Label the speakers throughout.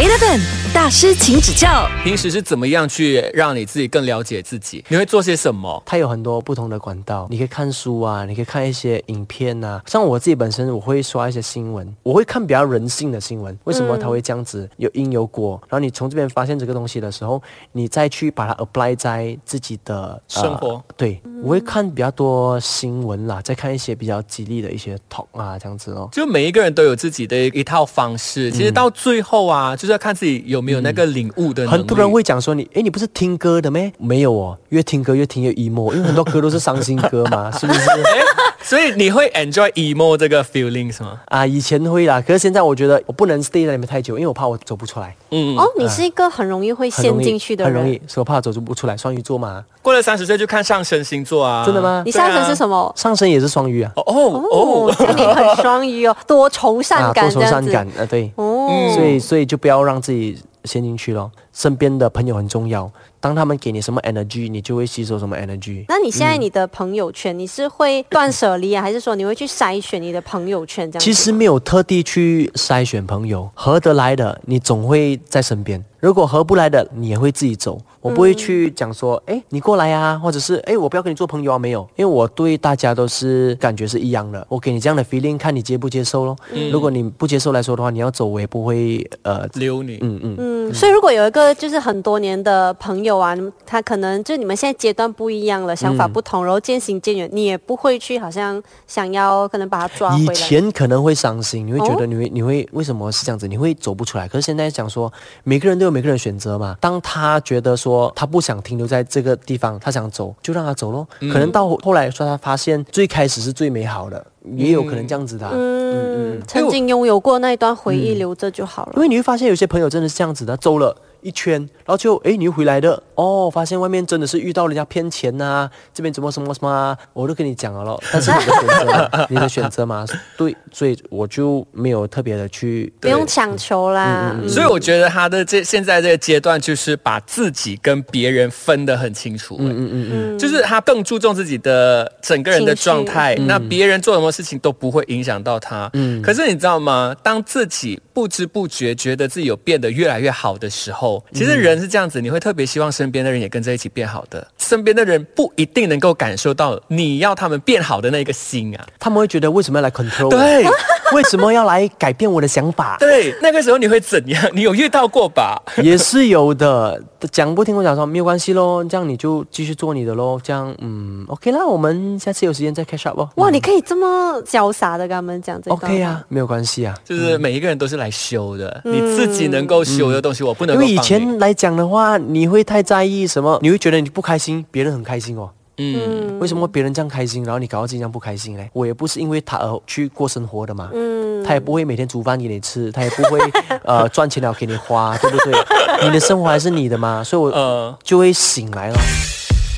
Speaker 1: Seven 大师，请指教。
Speaker 2: 平时是怎么样去让你自己更了解自己？你会做些什么？
Speaker 3: 它有很多不同的管道，你可以看书啊，你可以看一些影片呐、像我自己本身，我会刷一些新闻，我会看比较人性的新闻。为什么
Speaker 2: 嗯
Speaker 3: 它会这样子？有因有果。然后你从这边发现这个东西的时候，你再去把它 apply 在自己的、呃
Speaker 2: 生活。嗯
Speaker 3: 对，我会看比较多新闻啦，再看一些比较激励的一些 talk 啊，这样子咯。
Speaker 2: 就每一个人都有自己的一套方式，其实到最后啊，就是要看自己有没有那个领悟的能力。
Speaker 3: 很多人会讲说你，诶，你不是听歌的咩？没有哦，越听歌越听越 emo，因为很多歌都是伤心歌 嘛，是不 是？
Speaker 2: 诶，所以你会 enjoy emo 这个 feeling 是吗？
Speaker 3: 啊，以前会啦，可是现在我觉得我不能 stay 在里面太久，因为我怕我走不出来，
Speaker 2: 嗯，
Speaker 4: 哦，你是一个很容易会
Speaker 3: 很
Speaker 4: 陷
Speaker 3: 容易
Speaker 4: 进去的
Speaker 3: 啊很
Speaker 4: 人。
Speaker 3: 容易，所以我怕我走不出来。双鱼座嘛，
Speaker 2: 过了三十岁就看上升星座啊，
Speaker 3: 真的？吗
Speaker 4: 你？上身是什么？
Speaker 3: 上升也是双鱼啊，
Speaker 2: 哦哦
Speaker 4: 哦
Speaker 2: 哦，，
Speaker 4: 这样你很双鱼 哦，多愁善
Speaker 3: 啊，多
Speaker 4: 感这
Speaker 3: 愁
Speaker 4: 样
Speaker 3: 善
Speaker 4: 子。
Speaker 3: 感啊，对，
Speaker 4: 哦，
Speaker 3: 所以所以就不要让自己陷进去咯。身边的朋友很重要，当他们给你什么 energy，你就会吸收什么 energy。
Speaker 4: 那你现在你的朋友圈，你是会断舍离啊，还是说你会去筛选你的朋友圈这样子？
Speaker 3: 其实没有特地去筛选朋友，合得来的你总会在身边；如果合不来的，你也会自己走。我不会去
Speaker 4: 嗯
Speaker 3: 讲说，哎、你过来啊，或者是哎，诶我不要跟你做朋友啊，没有，因为我对大家都是感觉是一样的。我给你这样的 feeling，看你接不接受咯。
Speaker 4: 嗯
Speaker 3: 如果你不接受来说的话，你要走，我也不会呃，
Speaker 2: 留你，嗯嗯，
Speaker 4: 嗯，所以如果有一个就是很多年的朋友啊，你们他可能就你们现在阶段不一样了，想法不同，然后渐行渐远，你也不会去好像想要可能把他抓回
Speaker 3: 以
Speaker 4: 来。
Speaker 3: 前可能会伤心，你会觉
Speaker 4: 哦
Speaker 3: 得你会、你会为什么是这样子？你会走不出来。可是现在讲说，每个人都有每个人的选择嘛。当他觉得说他不想停留在这个地方，他想走，就让他走咯。
Speaker 4: 嗯
Speaker 3: 可能到后来说他发现最开始是最美好的，也有可能这样子的啊、
Speaker 4: 嗯，曾经拥有过那一段回
Speaker 3: 嗯
Speaker 4: 忆，留着就好
Speaker 3: 因
Speaker 4: 了。
Speaker 3: 为你会发现有些朋友真的是这样子的，走了。一圈，然后就诶，你又回来的哦，发现外面真的是遇到人家骗钱呐、这边怎么什么什么、啊，我都跟你讲了咯。但是你的选 择，你的选择嘛，对，所以我就没有特别的去
Speaker 4: 不用强求啦，嗯
Speaker 2: 所以我觉得他的这现在这个阶段，就是把自己跟别人分得很清楚。嗯嗯嗯嗯，就是他更注重自己的整个人的
Speaker 4: 情绪
Speaker 2: 状态，那别人做什么事情都不会影响到他。嗯，可是你知道吗？当自己不知不觉觉得自己有变得越来越好的时候，其实人是这样子，你会特别希望身边的人也跟着一起变好的。身边的人不一定能够感受到你要他们变好的那个心啊。
Speaker 3: 他们会觉得为什么要来 control 我？
Speaker 2: 对
Speaker 3: 为什么要来改变我的想法？
Speaker 2: 对，那个时候你会怎样？你有遇到过吧？
Speaker 3: 也是有的，讲不听我讲说没有关系咯，这样你就继续做你的咯，这样嗯 OK 啦，我们下次有时间再 catch up 哦。
Speaker 4: 哇，你可以这么潇洒的跟他们讲这一段
Speaker 3: OK
Speaker 4: 话
Speaker 3: 啊，没有关系啊。
Speaker 2: 就是每一个人都是来修的，你自己能够修的东西，我不能
Speaker 3: 嗯因
Speaker 2: 够
Speaker 3: 为
Speaker 2: 帮你。
Speaker 3: 以前来讲的话，你会太在意什么？你会觉得你不开心，别人很开心哦。
Speaker 2: 嗯，
Speaker 3: 为什么别人这样开心，然后你搞到自己这样不开心嘞？我也不是因为他而去过生活的嘛，嗯，他也不会每天煮饭给你吃，他也不会 呃赚钱了给你花，对不对？你的生活还是你的嘛，所以我
Speaker 2: 呃
Speaker 3: 就会醒来了。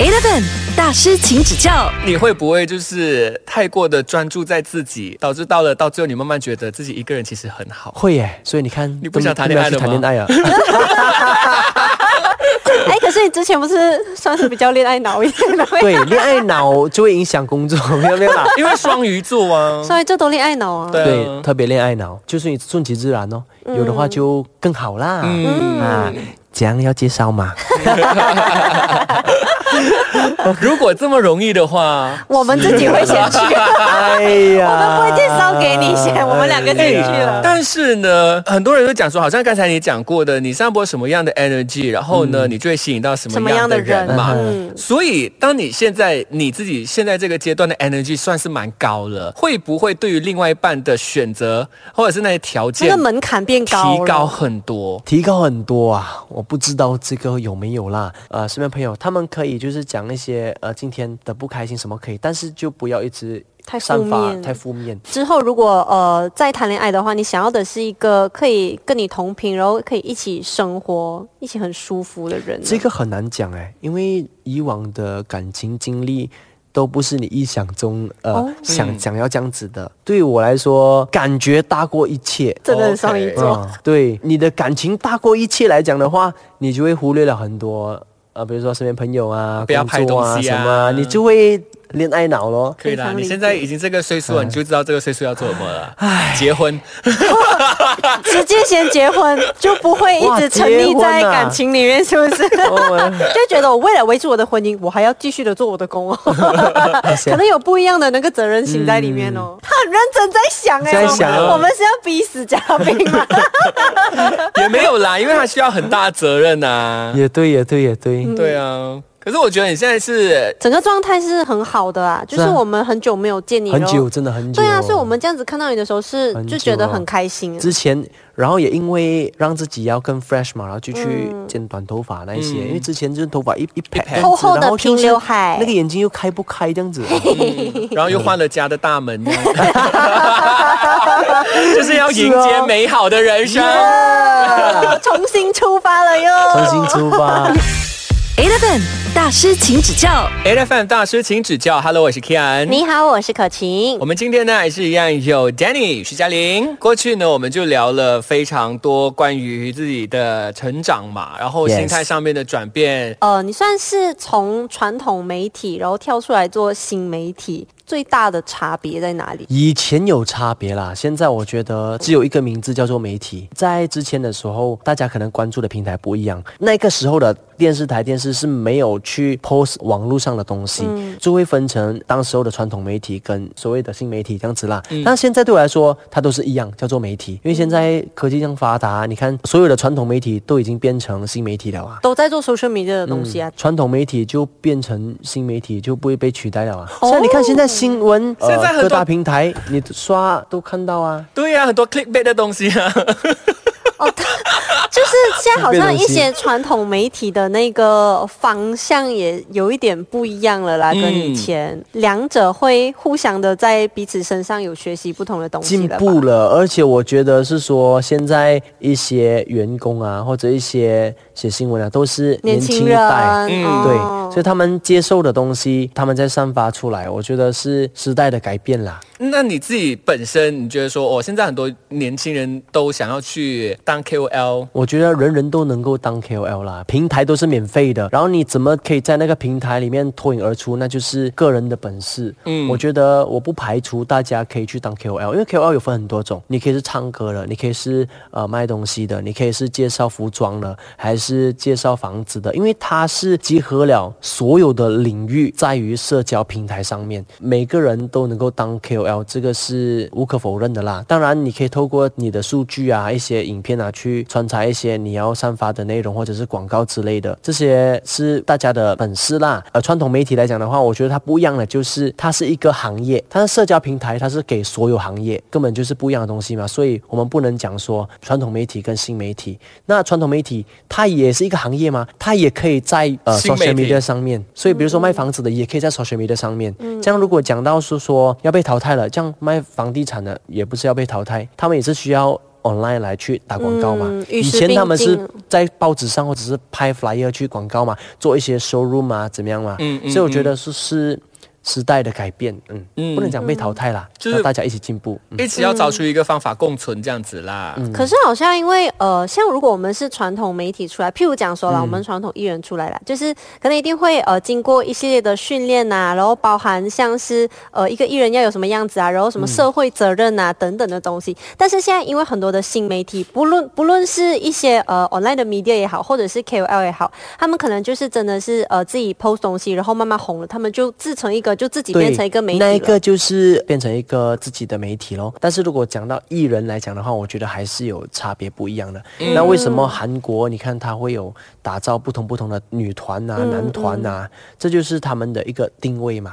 Speaker 1: Eleven 大师，请指教。
Speaker 2: 你会不会就是太过的专注在自己，导致到了到最后，你慢慢觉得自己一个人其实很 好？
Speaker 3: 会耶，所以你看，
Speaker 2: 你不想谈
Speaker 3: 都没
Speaker 2: 恋
Speaker 3: 有
Speaker 2: 爱
Speaker 3: 去谈
Speaker 2: 了吗
Speaker 3: 恋爱啊？
Speaker 4: 哎，可是你之前不是算是比较恋爱脑一点的，会
Speaker 3: 对，恋爱脑就会影响工作，没有没有啦。
Speaker 2: 因为双鱼座啊，
Speaker 4: 所以这都恋爱脑啊。
Speaker 2: 对
Speaker 3: 对，
Speaker 2: 啊，
Speaker 3: 特别恋爱脑，就是你顺其自然哦，
Speaker 4: 嗯
Speaker 3: 有的话就更好啦。嗯啊，怎样要介绍嘛？
Speaker 2: 如果这么容易的话，
Speaker 4: 我们自己会先去，
Speaker 3: 哎呀，
Speaker 4: 我们不会介绍给你
Speaker 3: 哎啊
Speaker 4: 先，我们两个先去了。
Speaker 2: 但是呢，很多人都讲说，好像刚才你讲过的，你散播什么样的 energy，然后呢，你就会吸引到什
Speaker 4: 什
Speaker 2: 么
Speaker 4: 么
Speaker 2: 样
Speaker 4: 样
Speaker 2: 的
Speaker 4: 的
Speaker 2: 人
Speaker 4: 人
Speaker 2: 嘛。
Speaker 4: 嗯
Speaker 2: 所以，当你现在你自己现在这个阶段的 energy 算是蛮高了，会不会对于另外一半的选择或者是那些条
Speaker 4: 那
Speaker 2: 件
Speaker 4: 个门槛变
Speaker 2: 提
Speaker 4: 高了，
Speaker 2: 高很多？
Speaker 3: 提高很多啊！我不知道这个有没有啦。呃，身边朋友他们可以就是讲一些呃今天的不开心什么可以，但是就不要一直
Speaker 4: 太负
Speaker 3: 散发
Speaker 4: 面
Speaker 3: 太负面。
Speaker 4: 之后如果呃再谈恋爱的话，你想要的是一个可以跟你同频，然后可以一起生活、一起很舒服的人。啊
Speaker 3: 这个很难讲哎，因为以往的感情经历都不是你意想中呃、
Speaker 4: 哦
Speaker 3: 想
Speaker 2: 嗯
Speaker 3: 想要这样子的。对于我来说，感觉大过一切。
Speaker 4: 真的是双鱼座。
Speaker 3: 嗯，对你的感情大过一切来讲的话，你就会忽略了很多呃，比如说身边朋友啊，
Speaker 2: 不要
Speaker 3: 工作
Speaker 2: 拍东西啊
Speaker 3: 什么，你就会恋爱脑咯。
Speaker 2: 可以
Speaker 4: 非
Speaker 2: 啦，
Speaker 4: 常理
Speaker 2: 你
Speaker 4: 解
Speaker 2: 现在已经这个岁数了，你就知道这个岁数要做什么了。结婚，
Speaker 4: 直接先结婚，就不会一直沉溺在
Speaker 3: 啊
Speaker 4: 感情里面，是不 是？
Speaker 3: 哦
Speaker 4: 就觉得我为了维持我的婚姻，我还要继续的做我的工 哦，可能有不一样的那个责任心在里面哦。他很认真在想哎、
Speaker 3: 嗯在想啊
Speaker 4: 我们我们是要逼死嘉宾啊 吗？
Speaker 2: 也没有啦，因为他需要很大的责任呐、
Speaker 3: 也对，也对，也
Speaker 4: 嗯
Speaker 3: 对。
Speaker 2: 对啊，可是我觉得你现在是
Speaker 4: 整个状态是很好的啊，就是
Speaker 3: 是啊
Speaker 4: 我们很久没有见你了，
Speaker 3: 很久，真的很久。
Speaker 4: 对啊，所以我们这样子看到你的时候是
Speaker 3: 很
Speaker 4: 就
Speaker 3: 久
Speaker 4: 觉得
Speaker 3: 哦
Speaker 4: 很开心啊。
Speaker 3: 之前，然后也因为让自己要更 fresh 嘛，然后就去剪短头发那一些，因为之前就是头发一一
Speaker 2: 嗯一
Speaker 3: 撇
Speaker 2: 撇
Speaker 4: 嗯厚厚的
Speaker 3: 然后就是
Speaker 4: 平刘海
Speaker 3: 那个眼睛又开不开这样 子，啊
Speaker 2: 然后又换了家的大门，就是要迎接美好的人生。
Speaker 4: 啊重新出发了哟！
Speaker 3: 重新出发。
Speaker 1: Eleven 大师，请指教。
Speaker 2: L F M 大师，请指教。Hello，我是 Kian。
Speaker 4: 你好，我是可晴
Speaker 2: 我。们今天呢还是一样有 Danny 徐嘉玲。过去呢我们就聊了非常多关于自己的成长嘛，然后
Speaker 3: Yes
Speaker 2: 心态上面的转变。
Speaker 4: 呃，你算是从传统媒体，然后跳出来做新媒体，最大的差别在哪里？
Speaker 3: 以前有差别啦，现在我觉得只有一个名字叫做媒体。在之前的时候，大家可能关注的平台不一样，那个时候的电视台、电视是没有去 post 网络上的东西，就会分成当时候的传统媒体跟所谓的新媒体这样子啦。但现在对我来说，它都是一样，叫做媒体，因为现在科技这样发达，你看所有的传统媒体都已经变成新媒体了啊。
Speaker 4: 都在做 social media 的东西啊。
Speaker 3: 传统媒体就变成新媒体，就不会被取代了啊！
Speaker 4: 哦
Speaker 3: 现在你看，现在新闻，呃
Speaker 2: 现在很多
Speaker 3: 各大平台你刷都看到啊。
Speaker 2: 对呀、很多 clickbait 的东西啊。
Speaker 4: 哦，它就是现在好像一些传统媒体的那个方向也有一点不一样了啦，
Speaker 2: 嗯
Speaker 4: 跟以前两者会互相的在彼此身上有学习不同的东西
Speaker 3: 进
Speaker 4: 了吧。
Speaker 3: 步了，而且我觉得是说，现在一些员工啊，或者一些写新闻啊，都是
Speaker 4: 年
Speaker 3: 年
Speaker 4: 轻
Speaker 3: 轻一
Speaker 4: 人，
Speaker 3: 代，
Speaker 2: 嗯
Speaker 3: 对，
Speaker 4: 哦
Speaker 3: 所以他们接受的东西，他们在散发出来，我觉得是时代的改变啦。
Speaker 2: 那你自己本身，你觉得说，哦，现在很多年轻人都想要去当 KOL，
Speaker 3: 我觉得人人都能够当 KOL 啦，平台都是免费的，然后你怎么可以在那个平台里面脱颖而出，那就是个人的本事。嗯，我觉得我不排除大家可以去当 KOL，因为 KOL 有分很多种，你可以是唱歌的，你可以是呃卖东西的，你可以是介绍服装的，还是介绍房子的，因为它是集合了所有的领域，在于社交平台上面，每个人都能够当 KOL，这个是无可否认的啦。当然，你可以透过你的数据啊、一些影片啊，去穿插一些你要散发的内容或者是广告之类的，这些是大家的本事啦。呃，传统媒体来讲的话，我觉得它不一样的就是它是一个行业，它的社交平台它是给所有行业，根本就是不一样的东西嘛。所以我们不能讲说传统媒体跟新媒体。那传统媒体它也是一个行业嘛，它也可以在呃
Speaker 2: 新媒
Speaker 3: social
Speaker 2: 体
Speaker 3: media 上面，所以比如说卖房子的也可以在 social media 上面。
Speaker 4: 嗯
Speaker 3: 这样如果讲到是说要被淘汰了，这样卖房地产的也不是要被淘汰，他们也是需要 online 来去打广告嘛。
Speaker 4: 嗯与
Speaker 3: 以
Speaker 4: 时
Speaker 3: 前他们
Speaker 4: 并
Speaker 3: 是
Speaker 4: 进
Speaker 3: 在报纸上或者是拍 flyer 去广告嘛，做一些 showroom 啊，怎么样嘛。
Speaker 2: 嗯嗯
Speaker 3: 所以我觉得是是时代的改变，嗯，
Speaker 2: 嗯
Speaker 3: 不能讲被淘汰啦，
Speaker 2: 就是
Speaker 3: 让大家一起进步。嗯
Speaker 2: 一起要找出一个方法共存这样子啦。
Speaker 4: 可是好像因为呃，像如果我们是传统媒体出来，譬如讲说了，我们传统艺人出来了，就是可能一定会呃经过一系列的训练呐、然后包含像是呃一个艺人要有什么样子啊，然后什么社会责任呐、等等的东西。但是现在因为很多的新媒体，不论不论是一些呃 online 的 media 也好，或者是 KOL 也好，他们可能就是真的是呃自己 post 东西，然后慢慢红了，他们就自成一个，就自己
Speaker 3: 对，
Speaker 4: 变成一个媒体
Speaker 3: 那
Speaker 4: 了。
Speaker 3: 一个就是变成一个自己的媒体咯。但是如果讲到艺人来讲的话，我觉得还是有差别不一样的。
Speaker 4: 嗯
Speaker 3: 那为什么韩国你看它会有打造不同不同的女团
Speaker 4: 嗯
Speaker 3: 啊、男团啊，这就是他们的一个定位 嘛。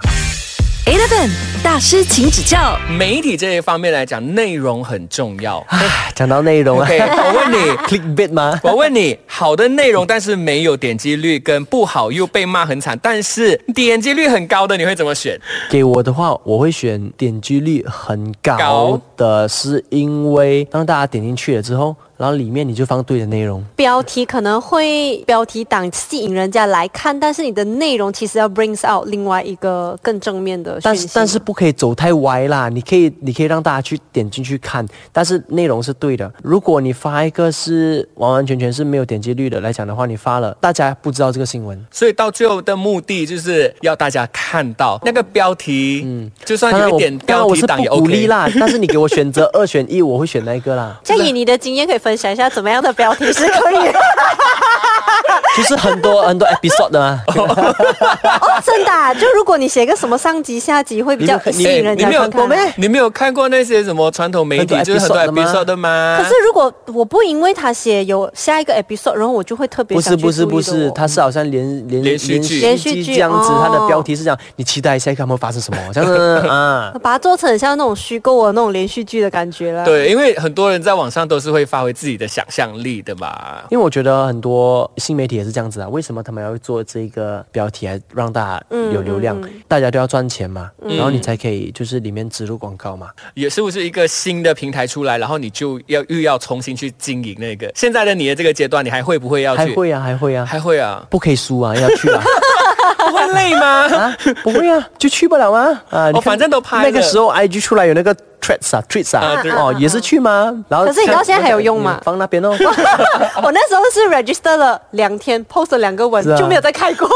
Speaker 1: Eleven 大师，请指教。
Speaker 2: 媒体这一方面来讲，内容很重要。
Speaker 4: 哎
Speaker 3: 唉讲到内容啊
Speaker 2: OK，我问你，
Speaker 3: ，clickbait 吗？
Speaker 2: 我问你，好的内容但是没有点击率，跟不好又被骂很惨，但是点击率很高的，你会怎么选？
Speaker 3: 给我的话，我会选点击率很
Speaker 2: 高
Speaker 3: 高的，是因为当大家点进去了之后，然后里面你就放对的内容。
Speaker 4: 标题可能会标题党吸引人家来看，但是你的内容其实要 brings out 另外一个更正面的讯
Speaker 3: 但
Speaker 4: 息
Speaker 3: 是但是不可以走太歪啦，你可以你可以让大家去点进去看，但是内容是对的。如果你发一个是完完全全是没有点击及率的来讲的话，你发了，大家不知道这个新闻，
Speaker 2: 所以到最后的目的就是要大家看到那个标题，嗯，就算
Speaker 3: 当然
Speaker 2: 有一
Speaker 3: 我
Speaker 2: 点
Speaker 3: 当然
Speaker 2: 标
Speaker 3: 我
Speaker 2: 题
Speaker 3: 是
Speaker 2: 党
Speaker 3: 不
Speaker 2: 也
Speaker 3: 鼓励
Speaker 2: OK
Speaker 3: 啦，但是你给我选 择二选一，我会选那一个啦。
Speaker 4: 像以你的经验，可以分享一下怎么样的标题是可以
Speaker 3: 就是很多很多 episode 的啊 嘛，
Speaker 4: 哦，真的、啊，就如果你写个什么上集、下集，会比较
Speaker 3: 你们可
Speaker 4: 吸引人
Speaker 2: 哎你
Speaker 4: 家
Speaker 2: 没有
Speaker 4: 观看啊。
Speaker 2: 你没有看过那些什么传统媒体，
Speaker 3: 很多
Speaker 2: 就是很多
Speaker 3: episode 的吗
Speaker 2: episode 的吗？
Speaker 4: 可是如果我不因为他写有下一个 episode，然后我就会特别
Speaker 3: 不是
Speaker 4: 想去
Speaker 3: 不是
Speaker 4: 注意的
Speaker 3: 不是，
Speaker 4: 哦
Speaker 3: 它是好像连连
Speaker 2: 连续剧
Speaker 3: 连
Speaker 4: 连
Speaker 3: 续
Speaker 4: 续
Speaker 3: 剧
Speaker 4: 剧
Speaker 3: 这样子，
Speaker 4: 哦
Speaker 3: 它的标题是这样，你期待一下看会发生什么，这样 子啊。
Speaker 4: 把它做成很像那种虚构的那种连续剧的感 觉了。，
Speaker 2: 对，因为很多人在网上都是会发挥自己的想象力的嘛。
Speaker 3: 因为我觉得很多新媒体也是这样子啊，为什么他们要做这个标题来让大家
Speaker 4: 嗯
Speaker 3: 有流量？大家都要赚钱嘛，然后你才可以就是里面植入广告嘛。
Speaker 2: 也是不是一个新的平台出来，然后你就要又要重新去经营那个现在的你的这个阶段，你还会不会要去？
Speaker 3: 还会啊，还会啊，？
Speaker 2: 还会啊
Speaker 3: 不可以输啊，要去 啊。
Speaker 2: 不会累 吗？
Speaker 3: 啊，不会啊，就去不了吗？啊，你看
Speaker 2: 哦反正都拍了
Speaker 3: 那个时候 IG 出来有那个 tweets 啊，tweets 啊
Speaker 2: 啊对，
Speaker 3: 哦，也是去吗？然后
Speaker 4: 可是你到现在还有用吗
Speaker 3: 嗯放那边哦。
Speaker 4: 我那时候是 register 了两天，post 了两个文
Speaker 3: 是啊啊
Speaker 4: 就没有再开过。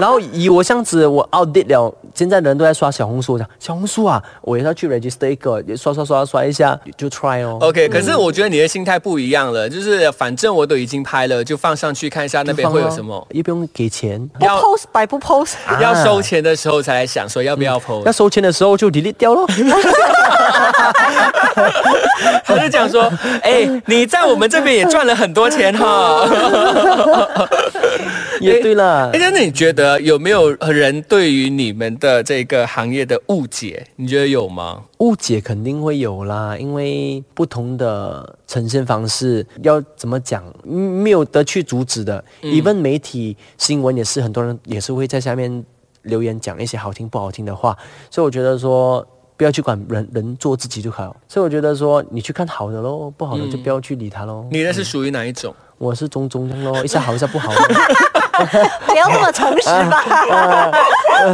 Speaker 3: 然后以我这样子，我 outdate 了，现在人都在刷小红书，我讲小红书啊，我也要去 register 一个，刷刷刷刷一下，就 try 哦。
Speaker 2: OK，可是我觉得你的心态不一样了，就是呃反正我都已经拍了，就放上去看一下那边会有什么。
Speaker 3: 又不用给钱。
Speaker 4: 不 post 白不 post，
Speaker 3: 啊
Speaker 2: 要收钱的时候才来想说要不要 PO，、
Speaker 3: 嗯要收钱的时候就 delete 掉咯。
Speaker 2: 他就讲说，哎、你在我们这边也赚了很多钱哈。
Speaker 3: 也对啦
Speaker 2: 哎，，那你觉得有没有人对于你们的这个行业的误解？你觉得有吗？
Speaker 3: 误解肯定会有啦，因为不同的呈现方式要怎么讲，嗯没有得去阻止的。even 媒体新闻也是很多人也是会在下面留言讲一些好听不好听的话，所以我觉得说。不要去管人，人做自己就好。所以我觉得说，你去看好的咯，不好的就不要去理他咯。
Speaker 2: 你的是属于哪一种？
Speaker 3: 我是中中这样咯，一下好一下不好咯。
Speaker 4: 不要那么诚实吧。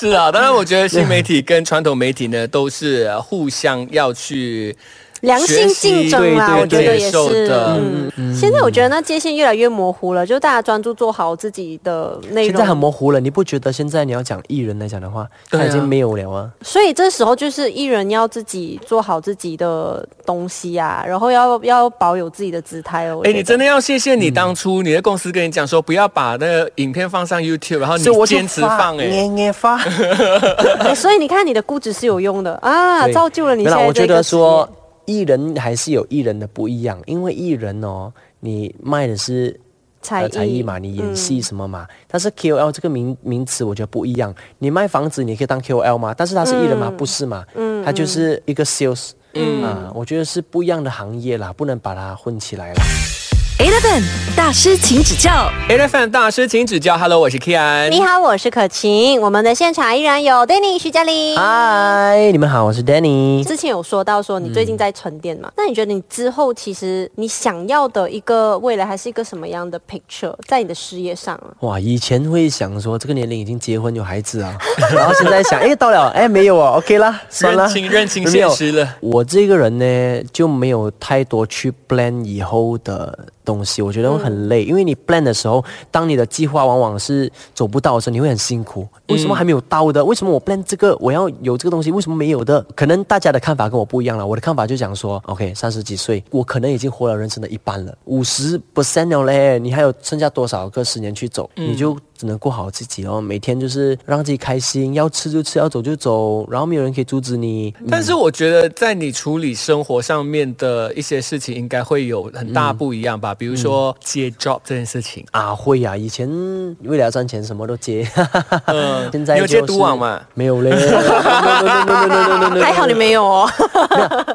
Speaker 2: 是啊，当然，我觉得新媒体跟传统媒体呢，都是呃互相要去
Speaker 4: 良性竞争啦，
Speaker 2: 学
Speaker 4: 我
Speaker 2: 习
Speaker 4: 觉
Speaker 2: 对对
Speaker 4: 得也
Speaker 2: 接受
Speaker 4: 是。
Speaker 2: 的
Speaker 4: 嗯，现在我觉得那界限越来越模糊了，就大家专注做好自己的内
Speaker 3: 现在很
Speaker 4: 容。
Speaker 3: 模糊了，你不觉得现在你要讲艺人来讲的话，
Speaker 2: 对啊
Speaker 3: 他已经没有了啊？
Speaker 4: 所以这时候就是艺人要自己做好自己的东西啊，然后要要保有自己的姿态哦。我
Speaker 2: 哎、
Speaker 4: 觉
Speaker 2: 你
Speaker 4: 得
Speaker 2: 真的要谢谢你当初你的公司跟你讲说，不要把那个影片放上 YouTube，然后你
Speaker 3: 所以我就
Speaker 2: 坚持放、
Speaker 3: 发
Speaker 2: 哎，
Speaker 3: 捏捏发。
Speaker 4: 哎所以你看你的固执是有用的啊，
Speaker 3: 对
Speaker 4: 造就了你
Speaker 3: 没
Speaker 4: 现
Speaker 3: 有啦
Speaker 4: 在
Speaker 3: 我
Speaker 4: 这
Speaker 3: 觉
Speaker 4: 个
Speaker 3: 得
Speaker 4: 职业
Speaker 3: 说艺人还是有艺人的不一样，因为艺人哦，你卖的是。
Speaker 4: 才
Speaker 3: 呃才艺
Speaker 4: 艺
Speaker 3: 嘛，你演戏什么嘛？但是 KOL 这个名名词我觉得不一样。你卖房子，你可以当 KOL 吗？但是他是艺人吗？不是嘛？嗯，他就是一个 sales。嗯啊，我觉得是不一样的行业啦，不能把它混起来啦。
Speaker 1: Eleven 大师，请指教。
Speaker 2: Elephant 大师请指教，Hello，我是 Kian。
Speaker 4: 你好，我是可晴。我们的现场依然有 Danny 徐嘉玲。
Speaker 3: 啊嗨，你们好，我是 Danny。
Speaker 4: 之前有说到说你最
Speaker 3: 嗯
Speaker 4: 近在沉淀嘛，那你觉得你之后其实你想要的一个未来还是一个什么样的 picture 在你的事业上啊？
Speaker 3: 哇，以前会想说这个年龄已经结婚有孩子啊，然后现在想，哎，到了，哎，没有啊，OK 啦，算了，
Speaker 2: 认清认清
Speaker 3: 没有
Speaker 2: 现实了。
Speaker 3: 我这个人呢，就没有太多去 plan 以后的东西，我觉得会很累，因为你 plan 的时候，当你的计划往往是走不到的时候，你会很辛苦。为什么还没有到的？为什么我 plan 这个，我要有这个东西，为什么没有的？可能大家的看法跟我不一样了。我的看法就讲说，OK，三十几岁，我可能已经活了人生的一半了，五十 percent 了嘞，你还有剩下多少个十年去走？你就只能过好自己哦，每天就是让自己开心，要吃就吃，要走就走，然后没有人可以阻止你。
Speaker 2: 但是我觉得，在你处理生活上面的一些事情，应该会有很大不一样吧？比如说接 job 这件事情，
Speaker 3: 啊，会呀、以前为了要赚钱什么都接，
Speaker 2: 嗯
Speaker 3: 现在、
Speaker 2: 你有
Speaker 3: 就是、
Speaker 2: 接赌网吗？
Speaker 3: 没有嘞， 还
Speaker 4: 还好你没有哦。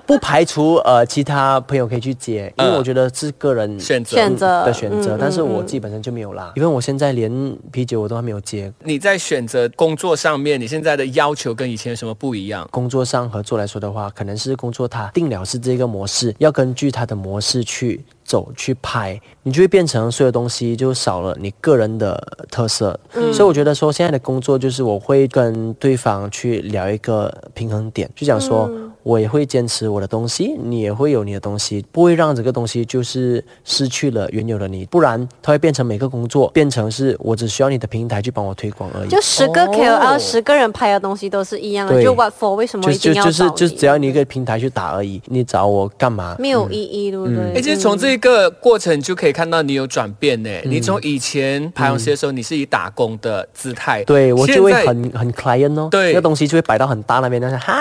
Speaker 3: 不排除呃其他朋友可以去接，因为
Speaker 2: 嗯
Speaker 3: 我觉得是个人嗯
Speaker 2: 选择
Speaker 4: 选择
Speaker 3: 的选择，
Speaker 4: 嗯
Speaker 3: 但是我自己本身就没有啦，因为我现在连啤酒我都还没有接。
Speaker 2: 你在选择工作上面，你现在的要求跟以前有什么不一样？
Speaker 3: 工作上合作来说的话，可能是工作它定了是这个模式，要根据它的模式去走去拍，你就会变成所有东西就少了你个人的特色。所以我觉得说现在的工作就是我会跟对方去聊一个平衡点，就讲说。我也会坚持我的东西，你也会有你的东西，不会让这个东西就是失去了原有的你，不然它会变成每个工作变成是我只需要你的平台去帮我推广而 已。
Speaker 4: 就十个
Speaker 2: 哦
Speaker 4: KOL，十、个人拍的东西都是一样的，
Speaker 3: 对
Speaker 4: 就 what for？为什么
Speaker 3: 就
Speaker 4: 一定
Speaker 3: 就
Speaker 4: 要
Speaker 3: 就
Speaker 4: 找
Speaker 3: 是
Speaker 4: 你
Speaker 3: 就只要你一个嗯平台去打而已，你找我干嘛？
Speaker 4: 没有意义，对不对？
Speaker 2: 哎、其实从这一个过程就可以看到你有转变呢、
Speaker 3: 嗯
Speaker 2: 你从以前排行 C 的时候，你是以打工的姿态，
Speaker 3: 对我就会
Speaker 2: 现在
Speaker 3: 很很 client 哦，
Speaker 2: 对
Speaker 3: 那个东西就会摆到很大那边，但 是哈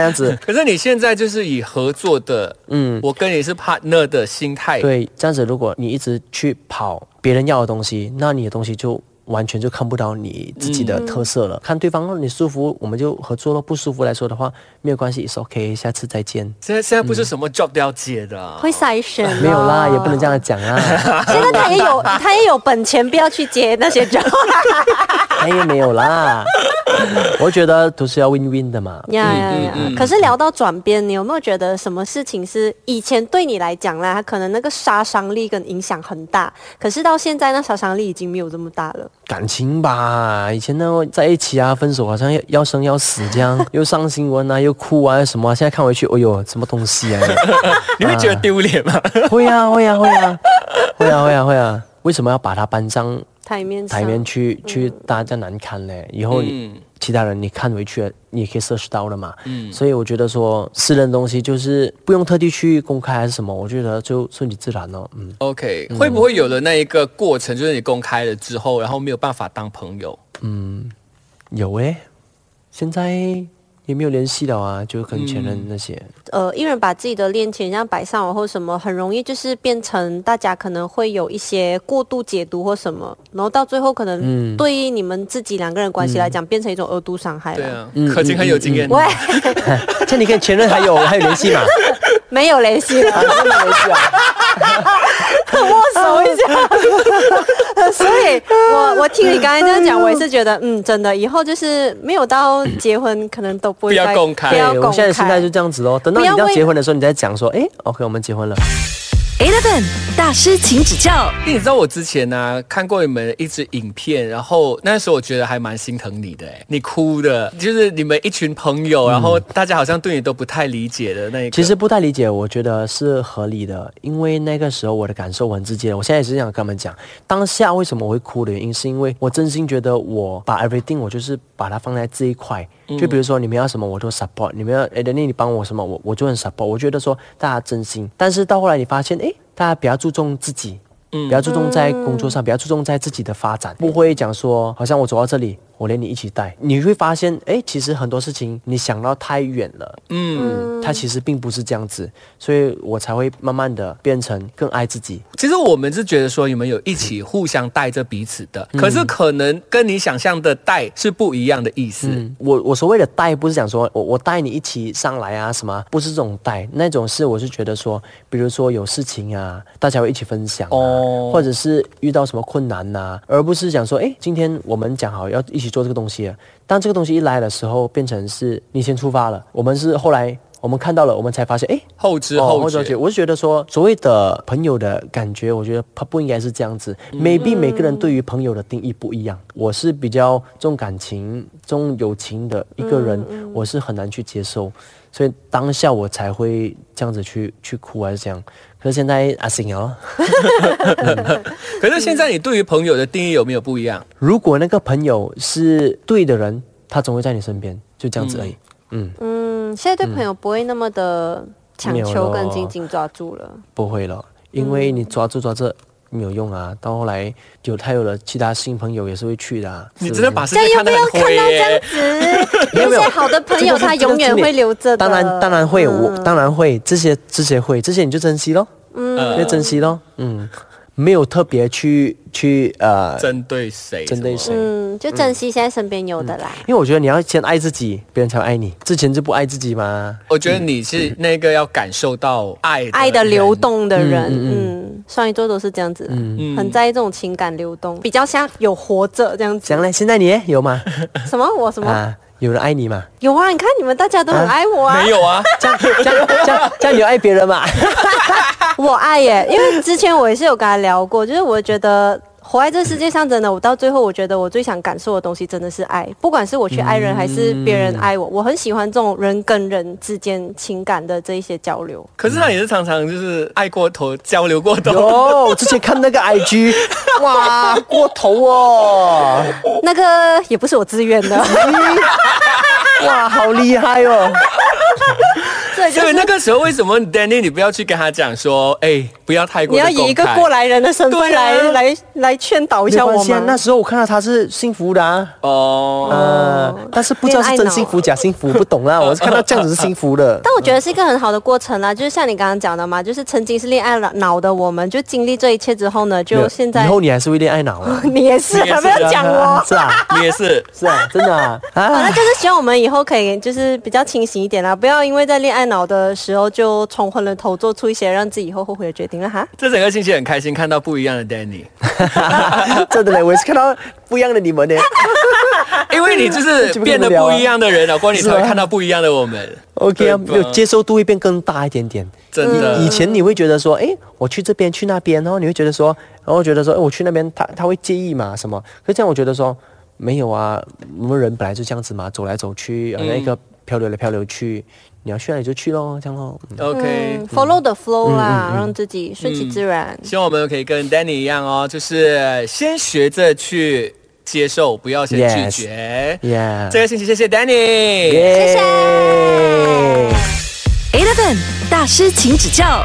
Speaker 3: 这样子，
Speaker 2: 可是你现在就是以合作的，嗯，我跟你是 partner 的心态，
Speaker 3: 对，这样子如果你一直去跑别人要的东西，那你的东西就。完全就看不到你自己的特色
Speaker 4: 嗯
Speaker 3: 了。看对方你舒服，我们就合作了；不舒服来说的话，没有关系，is OK，下次再 见。
Speaker 2: 现在现在不
Speaker 3: 嗯
Speaker 2: 是什么 job 都要接的、啊，
Speaker 4: 会筛选、
Speaker 3: 没有啦，也不能这。样讲啊啦，
Speaker 4: 现在他也 有，他也有本钱，不要去接那些 job。
Speaker 3: 哎也没有啦。我觉得都是要 win win 的嘛。
Speaker 4: 呀呀呀！可是聊到转变，你有没有觉得什么事情是以前对你来讲啦，它可能那个杀伤力跟影响很大，可是到现在那杀伤力已经没有这么大了。
Speaker 3: 感情吧，以前那个在一起啊，分手好像要要生要死这样，又上新闻啊，又哭啊，又什么啊、现在看回去，哎呦，什么东西啊？
Speaker 2: 你会觉得丢脸 吗？
Speaker 3: 会啊，会啊，会啊，会啊，会啊，会啊！为什么要把它搬上
Speaker 4: 台面上
Speaker 3: 台面去去大家难堪嘞？以后你、
Speaker 2: 嗯
Speaker 3: 其他人你看回去了，你也可以摄取到了嘛。所以我觉得说私人东西就是不用特地去公开还是什么，我觉得就顺其自然咯。嗯，
Speaker 2: OK，、会不会有了那一个过程，就是你公开了之后，然后没有办法当朋友？
Speaker 3: 有诶，现在也没有联系了啊，就跟前任那些。
Speaker 4: 呃，一人把自己的恋情这样摆上，然后什么，很容易就是变成大家可能会有一些过度解读或什么，然后到最后可能对于你们自己两个人关系来讲，变成一种恶毒伤害
Speaker 2: 对
Speaker 4: 了。
Speaker 2: 啊，可晴很有经验。
Speaker 3: 嗯
Speaker 4: 喂，
Speaker 3: 像你跟前任还有还有联系嘛？
Speaker 4: 没有联系了，
Speaker 3: 真的联系啊？
Speaker 4: 握手一下。 所以我我听你刚才这样讲，我也是觉得，嗯，真的，以后就是没有到结婚，可能都不会
Speaker 2: 不要
Speaker 4: 再
Speaker 2: 公开
Speaker 4: 不
Speaker 3: 对，
Speaker 4: 要
Speaker 3: 我
Speaker 4: 公
Speaker 3: 们现在
Speaker 4: 开。
Speaker 3: 现在就这样子咯。等
Speaker 4: 不
Speaker 3: 到你
Speaker 4: 要
Speaker 3: 要
Speaker 4: 为
Speaker 3: 结婚的时候，你再讲说，诶 o k 我们结婚了。
Speaker 1: Eleven 大师，请指教。
Speaker 2: 因为你知道我之前呢、看过你们一支影片，然后那时候我觉得还蛮心疼你的、哎，你哭的，就是你们一群朋友，然后大家好像对你都不太理解的那一个。
Speaker 3: 嗯其实不太理解，我觉得是合理的，因为那个时候我的感受很直接。我现在也是想跟他们讲，当下为什么我会哭的原因，是因为我真心觉得我把 everything 我就是把它放在这一块。就
Speaker 2: 嗯
Speaker 3: 比如说你们要什么我都 support，你们要哎，等你帮我什么我我就很 support。我觉得说大家真心，但是到后来你发现，哎，大家比较注重自己。
Speaker 2: 嗯
Speaker 3: 比较注重在工作上，比较注重在自己的发展，不会讲说好像我走到这里，我连你一起带，你会发现，哎，其实很多事情你想到太远了，嗯，它其实并不是这样子，所以我才会慢慢的变成更爱自己。
Speaker 2: 其实我们是觉得说你们有一起互相带着彼此的，
Speaker 3: 嗯
Speaker 2: 可是可能跟你想象的带是不一样的意思。
Speaker 3: 嗯，我我所谓的带，不是讲说我我带你一起上来啊什么，不是这种带，那种是我是觉得说，比如说有事情啊，大家会一起分享、啊，
Speaker 2: 哦
Speaker 3: 或者是遇到什么困难呐、而不是讲说，哎，今天我们讲好要一起做这个东西啊，当这个东西一来的时候，变成是你先出发了，我们是后来。我们看到了，我们才发现，哎，
Speaker 2: 后知
Speaker 3: 哦
Speaker 2: 后觉
Speaker 3: 后知我是觉得说，所谓的朋友的感觉，我觉得他不应该是这样子。
Speaker 2: 嗯
Speaker 3: maybe 每个人对于朋友的定义不一样，我是比较重感情、重友情的一个人，
Speaker 2: 嗯
Speaker 3: 我是很难去接受，所以当下我才会这样子去去哭还是这样。可是现在阿信啊，
Speaker 2: 可是现在你对于朋友的定义有没有不一样？
Speaker 3: 如果那个朋友是对的人，他总会在你身边，就这样子而已。嗯，
Speaker 4: 嗯，现在对朋友不会那么的强
Speaker 3: 没有
Speaker 4: 求
Speaker 3: 咯
Speaker 4: 跟紧紧抓住了。
Speaker 3: 不会了，
Speaker 2: 嗯
Speaker 3: 因为你抓住抓着没有用啊，到后来有他有了其他新朋友也是会去的、啊。
Speaker 2: 你
Speaker 3: 是不
Speaker 2: 真的
Speaker 3: 是
Speaker 2: 把世
Speaker 4: 但
Speaker 2: 界
Speaker 4: 又
Speaker 2: 看
Speaker 4: 不
Speaker 2: 得
Speaker 4: 要
Speaker 2: 很
Speaker 4: 看到
Speaker 2: 灰
Speaker 4: 这
Speaker 2: 耶、
Speaker 4: 样子，
Speaker 3: 没
Speaker 4: 有
Speaker 3: 有没
Speaker 4: 些
Speaker 3: 有
Speaker 4: 好的 朋友
Speaker 3: 这个
Speaker 4: 他
Speaker 3: 是这个
Speaker 4: 永远
Speaker 3: 是
Speaker 4: 会留着的。
Speaker 3: 当然，当然会，我
Speaker 4: 嗯
Speaker 3: 当然会，这些这些会，这些你就珍惜咯，
Speaker 2: 呃
Speaker 3: 就珍惜咯，嗯，没有特别去去呃
Speaker 2: 针对谁？
Speaker 3: 针对
Speaker 2: 什么
Speaker 3: 谁。
Speaker 4: 嗯，就珍惜现在身边有的啦。
Speaker 3: 因为我觉得你要先爱自己，别人才会爱你。之前就不爱自己嘛，
Speaker 2: 我觉得你
Speaker 3: 嗯
Speaker 2: 是那个要感受到爱
Speaker 4: 爱的
Speaker 2: 人
Speaker 4: 流。动的人，嗯，双鱼座都是这样子的，
Speaker 2: 嗯
Speaker 4: 很在意这种情感流动，比较像有活着这样子。
Speaker 3: 讲嘞，现在你也有吗？
Speaker 4: 什么？我什么？
Speaker 3: 啊，有人爱你嘛？
Speaker 4: 有啊！你看你们大家都很爱我啊，
Speaker 2: 没有啊，
Speaker 3: 这样这样这样这样，你有爱别人嘛？
Speaker 4: 我爱耶。因为之前我也是有跟他聊过，就是我觉得。活在这世界上，真的，我到最后我觉得我最想感受的东西真的是爱，不管是我去爱人还是别人爱我，我很喜欢这种人跟人之间情感的这一些交流。
Speaker 2: 可是他也是常常就是爱过头，交流过头。
Speaker 3: 有，我之前看那个 IG，哇，过头哦，
Speaker 4: 那个也不是我自愿的，
Speaker 3: 哇，好厉害哦！
Speaker 4: 这就
Speaker 2: 所以
Speaker 4: 是
Speaker 2: 那个时候为什么 Danny 你不要去跟他讲说，哎，不要太过
Speaker 4: 你
Speaker 2: 地
Speaker 4: 要以一个
Speaker 2: 公开
Speaker 4: 过来人的身份
Speaker 2: 对啊
Speaker 4: 来、来来劝导一
Speaker 3: 没
Speaker 4: 下
Speaker 3: 关
Speaker 4: 我
Speaker 3: 系啊
Speaker 4: 们。
Speaker 3: 那时候我看到他是幸福的、啊。
Speaker 2: 哦，
Speaker 3: 呃，但是不知道是真幸福假幸福，不 懂啦。我是看到这样子是幸福的，
Speaker 4: 但我觉得是一个很好的过程啦，就是像你刚刚讲的嘛，就是曾经是恋爱脑脑的我们，就经历这一切之后呢，
Speaker 3: 没
Speaker 4: 就
Speaker 3: 有
Speaker 4: 现在
Speaker 3: 以后你还是会恋爱脑啊？
Speaker 4: 你也是
Speaker 2: 你也是
Speaker 4: 不要 讲 我。
Speaker 3: 是啊，
Speaker 2: 你也是。
Speaker 3: 是啊，真的啊，
Speaker 4: 反正
Speaker 3: 啊，
Speaker 4: 就是希望我们以后可以就是比较清醒一点啦，不要因为在恋爱脑的时候就冲昏了头，做出一些让自己以后后悔的决定了哈。
Speaker 2: 这整个星期很开心，看到不一样的 Danny，
Speaker 3: 真的嘞，我也是看到不一样的你 们呢。
Speaker 2: 因为你就是
Speaker 3: 这不
Speaker 2: 变
Speaker 3: 得
Speaker 2: 得
Speaker 3: 了啊
Speaker 2: 不一样的人了，过后你才会
Speaker 3: 是啊
Speaker 2: 看到不一样的我们。
Speaker 3: OK 啊，没
Speaker 2: 对吧
Speaker 3: 有接受度会变更大一点点。
Speaker 2: 真的，
Speaker 4: 嗯
Speaker 3: 以前你会觉得说，诶，我去这边去那边，然后你会觉得说，然后觉得说，诶，我去那边，他他会介意嘛什么？可是这样我觉得说，没有啊，我们人本来就这样子嘛，走来走去，好像
Speaker 4: 嗯
Speaker 3: 一个漂流来漂流去，你要去哪里就去咯，这样咯。嗯
Speaker 2: OK，、
Speaker 4: 嗯
Speaker 2: 嗯
Speaker 4: ，follow the flow 啦，让自己顺其自然。
Speaker 2: 希望我们可以跟 Danny 一样哦，就是先学着去接受，不要先
Speaker 3: Yes
Speaker 2: 拒绝。
Speaker 3: Yeah，
Speaker 2: 这个星期谢谢 Danny。
Speaker 3: 耶
Speaker 4: 谢谢。
Speaker 1: Eleven 大师，请指教。